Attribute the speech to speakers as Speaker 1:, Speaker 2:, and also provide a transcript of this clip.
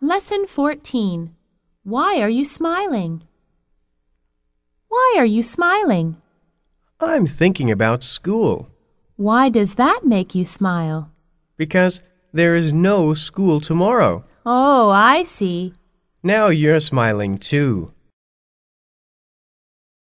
Speaker 1: Lesson 14 Why are you smiling? Why are you smiling?
Speaker 2: I'm thinking about school
Speaker 1: Why does that make you smile?
Speaker 2: because there is no school tomorrow.
Speaker 1: Oh, I see.
Speaker 2: Now you're smiling too.